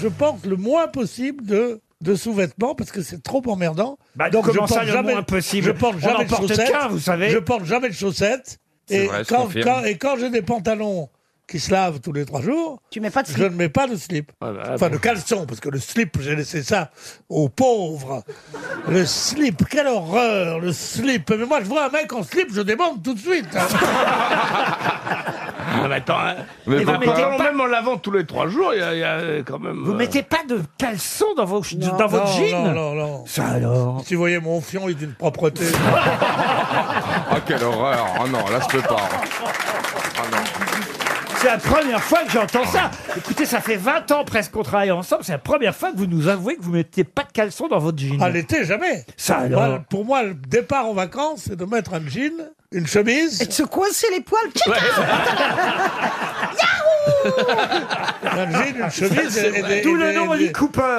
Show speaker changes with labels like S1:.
S1: je porte le moins possible de, de sous-vêtements parce que c'est trop emmerdant.
S2: Bah,
S1: Donc je
S2: comment
S1: porte
S2: ça, le
S1: jamais
S2: moins possible
S1: Je porte
S2: On
S1: jamais
S2: en
S1: de
S2: porte
S1: chaussettes.
S2: qu'un, vous savez.
S1: Je porte jamais de chaussettes.
S3: C'est
S1: Et,
S3: vrai, je
S1: quand,
S3: confirme.
S1: quand- et quand j'ai des pantalons qui se lavent tous les trois jours,
S4: Tu mets pas de
S1: je
S4: slip.
S1: ne mets pas de slip.
S2: Ah bah,
S1: enfin,
S2: bon.
S1: de caleçon, parce que le slip, j'ai laissé ça aux pauvres. Le slip, quelle horreur, le slip. Mais moi, je vois un mec en slip, je demande tout de suite. hein.
S2: Ah, mais attends, hein.
S3: Mais
S2: Et vous
S3: pourquoi
S2: mettez
S5: Alors,
S2: pas-
S5: même en lavant tous les trois jours, il y, a- il y a quand même.
S2: vous
S5: euh,
S2: mettez pas de caleçon dans, vos,
S4: Non.
S2: dans votre
S1: non,
S2: jean
S1: non, non, non.
S2: Ça alors
S1: Si vous voyez mon fion, il est d'une propreté.
S3: Ah, quelle horreur Oh non, là, je peux pas. Ah non.
S2: C'est la première fois que j'entends ça. Écoutez, ça fait 20 ans presque qu'on travaille ensemble. C'est la première fois que vous nous avouez que vous mettez pas de caleçon dans votre jean.
S1: À l'été, jamais.
S2: Ça
S1: Moi,
S2: alors.
S1: pour moi, le départ en vacances, c'est de mettre un jean, une chemise,
S4: Et de se coincer les poils.
S1: un jean, une chemise. et- et des-
S2: D'où
S1: et
S2: le
S1: des-
S2: nom
S1: des-
S2: Oli Cooper.